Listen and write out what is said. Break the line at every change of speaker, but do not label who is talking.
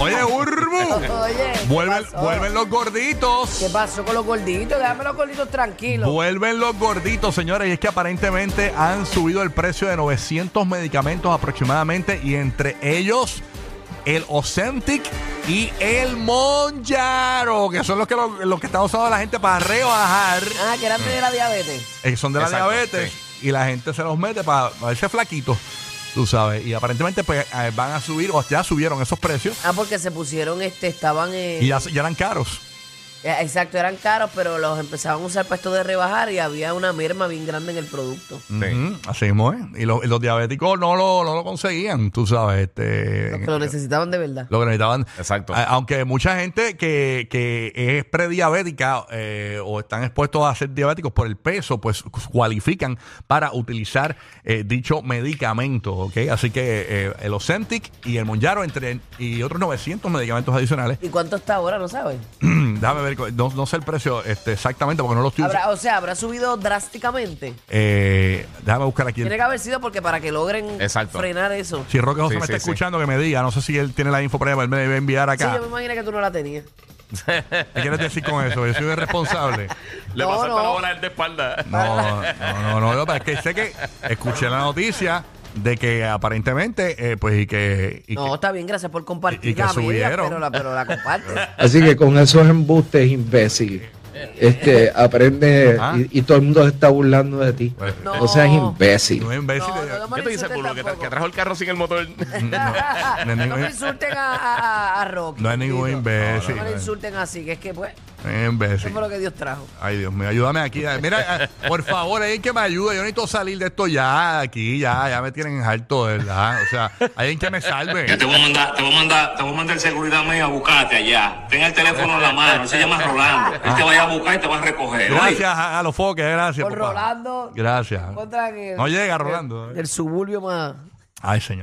Oye, Urbu.
Oye, ¿qué
Vuelven,
pasó?
vuelven los gorditos.
¿Qué pasó con los gorditos? Déjame los gorditos tranquilos.
Vuelven los gorditos, señores. Y es que aparentemente han subido el precio de 900 medicamentos aproximadamente. Y entre ellos, el Ocentic y el Monjaro, que son los que, lo- los que están usando la gente para rebajar.
ah, que eran de la diabetes.
Eh, son de la
Exacto,
diabetes. Y la gente se los mete para para verse flaquitos, tú sabes. Y aparentemente pues, eh, van a subir, o ya subieron esos precios.
Ah, porque se pusieron, este, estaban. eh,
Y ya, ya eran caros.
eh, Exacto, eran caros, pero los empezaban a usar para esto de rebajar y había una merma bien grande en el producto.
Sí.
Ujú, así mismo, ¿eh? Y los, y los diabéticos no lo, no lo conseguían, tú sabes. Este,
Los que lo necesitaban de verdad.
lo que necesitaban.
Exacto.
A- aunque mucha gente que, que es prediabética eh, o están expuestos a ser diabéticos por el peso, pues cualifican para utilizar eh, dicho medicamento, ¿ok? Así que eh, el Ocentic y el Monjaro entre y otros 900 medicamentos adicionales.
¿Y cuánto está ahora? ¿No sabes?
Déjame ver, no, no sé el precio este, exactamente porque no lo estoy usando.
Habrá- o sea, habrá subido drásticamente.
Eh, déjame buscar aquí. el-
Tiene que haber sido porque para que logren
Exacto.
frenar eso.
Si Roque José
Sí,
me
sí,
está
sí.
escuchando, que me diga. No sé si él tiene la info para él me debe enviar
Sí,
acá.
yo me imagino que tú no la tenías.
¿Qué quieres decir con eso? Yo soy irresponsable.
Le
No,
pasaste
no.
la bola a él de espalda.
No, no, no, no, no, pero es que sé que escuché la noticia de que aparentemente, eh, pues, y que. y
No,
que-
está bien, gracias por compartir
y que
la media,
subieron.
pero la, pero la compartes.
Así que con esos embustes, imbécil, este, aprende
Ah.
y, y todo el mundo se está burlando de ti.
Pues,
No.
O sea, es imbécil.
no, imbécil.
No, no, no,
¿Qué tú dices,
insulten
Pulvo? Que, tra-
tampoco.
que trajo el carro sin el motor.
no, no,
no me insulten a, a, a- a Rocky.
No es ningún
bendito.
imbécil.
No me lo insulten así, que es que, pues,
Es
eso
imbécil.
fue lo que Dios trajo.
Ay, Dios mío, ayúdame aquí. Mira, eh, por favor, alguien que me ayude. Yo necesito salir de esto ya, aquí, ya, ya me tienen harto, de ¿verdad? O sea, alguien que me
Yo
salve.
te voy a mandar, te voy a mandar, te voy a mandar el seguridad mío a buscarte allá. Ten el teléfono en la mano, él se llama Rolando. Él te va a ir a buscar y te va a recoger. ¿oíste?
Gracias a, a los foques, eh, gracias.
Con
papá.
Rolando.
Gracias.
Encuentran el-
No llega Ah. Rolando. eh.
El suburbio más.
Ay, señor.